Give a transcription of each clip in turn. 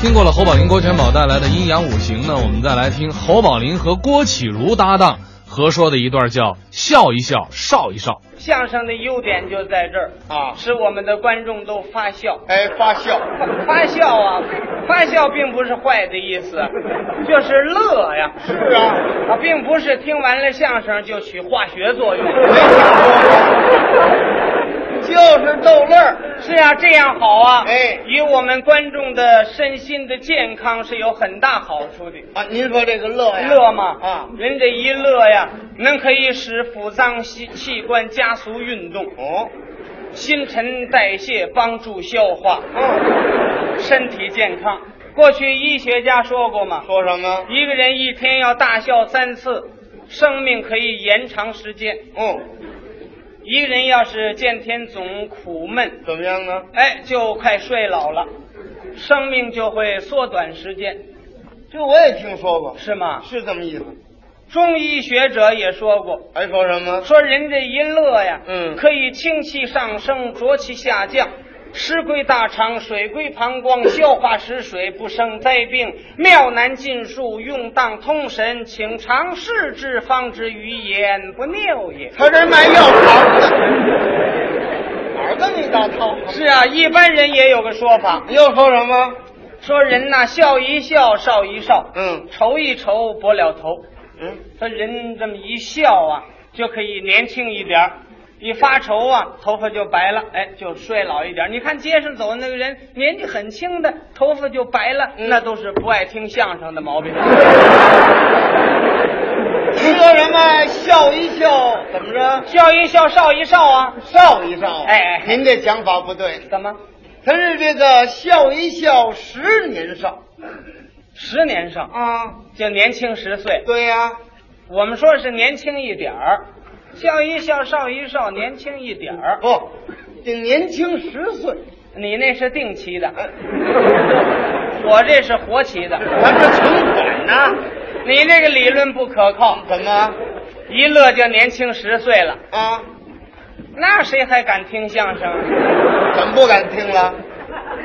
听过了侯宝林、郭全宝带来的阴阳五行呢，我们再来听侯宝林和郭启儒搭档合说的一段叫“笑一笑，少一少相声的优点就在这儿啊使我们的观众都发笑。哎，发笑，发笑啊，发笑并不是坏的意 思，就是乐呀。是啊，啊，并不是听完了相声就起化学作 用。没想过，就是逗乐儿，是啊，这样好啊。哎与我们观众的身心的健康是有很大好处的。啊！您说这个乐呀，乐嘛啊，人这一乐呀，能可以使腑脏器器官加速运动，哦，新陈代谢，帮助消化，嗯，身体健康。过去医学家说过嘛，说什么？一个人一天要大笑三次，生命可以延长时间。嗯，一个人要是见天总苦闷，怎么样呢？哎，就快衰老了，生命就会缩短时间，这我也听说过，是吗？是这么意思。中医学者也说过，还说什么？说人这一乐呀，嗯可以清气上升，浊气下降。湿归大肠，水归膀胱，消化食水，不生灾病。妙难尽数，用当通神，请常试之，方知于言不谬也。他这卖药草的，哪儿跟你打套？是啊，一般人也有个说法，又说什么？说人呐，笑一笑，少一少，嗯愁一愁，不了头。嗯，说人这么一笑啊，就可以年轻一点儿一发愁啊，头发就白了，哎，就衰老一点儿。你看街上走的那个人，年纪很轻的，头发就白了，那都是不爱听相声的毛病。您说什么？笑一笑，怎么着？笑一笑，少一少啊！笑一笑。哎哎您这想法不对。怎么？他是这个笑一笑，十年少十年上啊。就年轻十岁，对呀、我们说是年轻一点儿，笑一笑，少一少，年轻一点儿。不，这哦年轻十岁，你那是定期的， 我这是活期的。咱这存款呢？你那个理论不可靠。怎么一乐就年轻十岁了，啊？那谁还敢听相声啊？怎么不敢听了？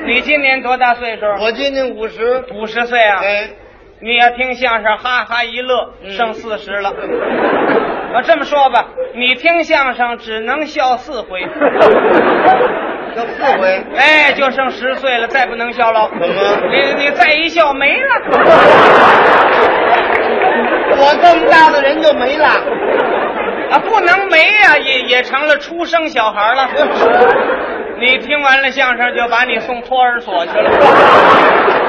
你今年多大岁数？我今年五十，五十岁啊！哎，你要听相声，哈哈一乐，嗯剩四十了。我这么说吧，你听相声只能笑四 回，要四回，哎，就剩十岁了，再不能笑了。怎么？你你再一笑没了，我这么大的人就没了？啊，不能没呀、也也成了 出生小孩了。你听完了相声，就把你送托儿所去了。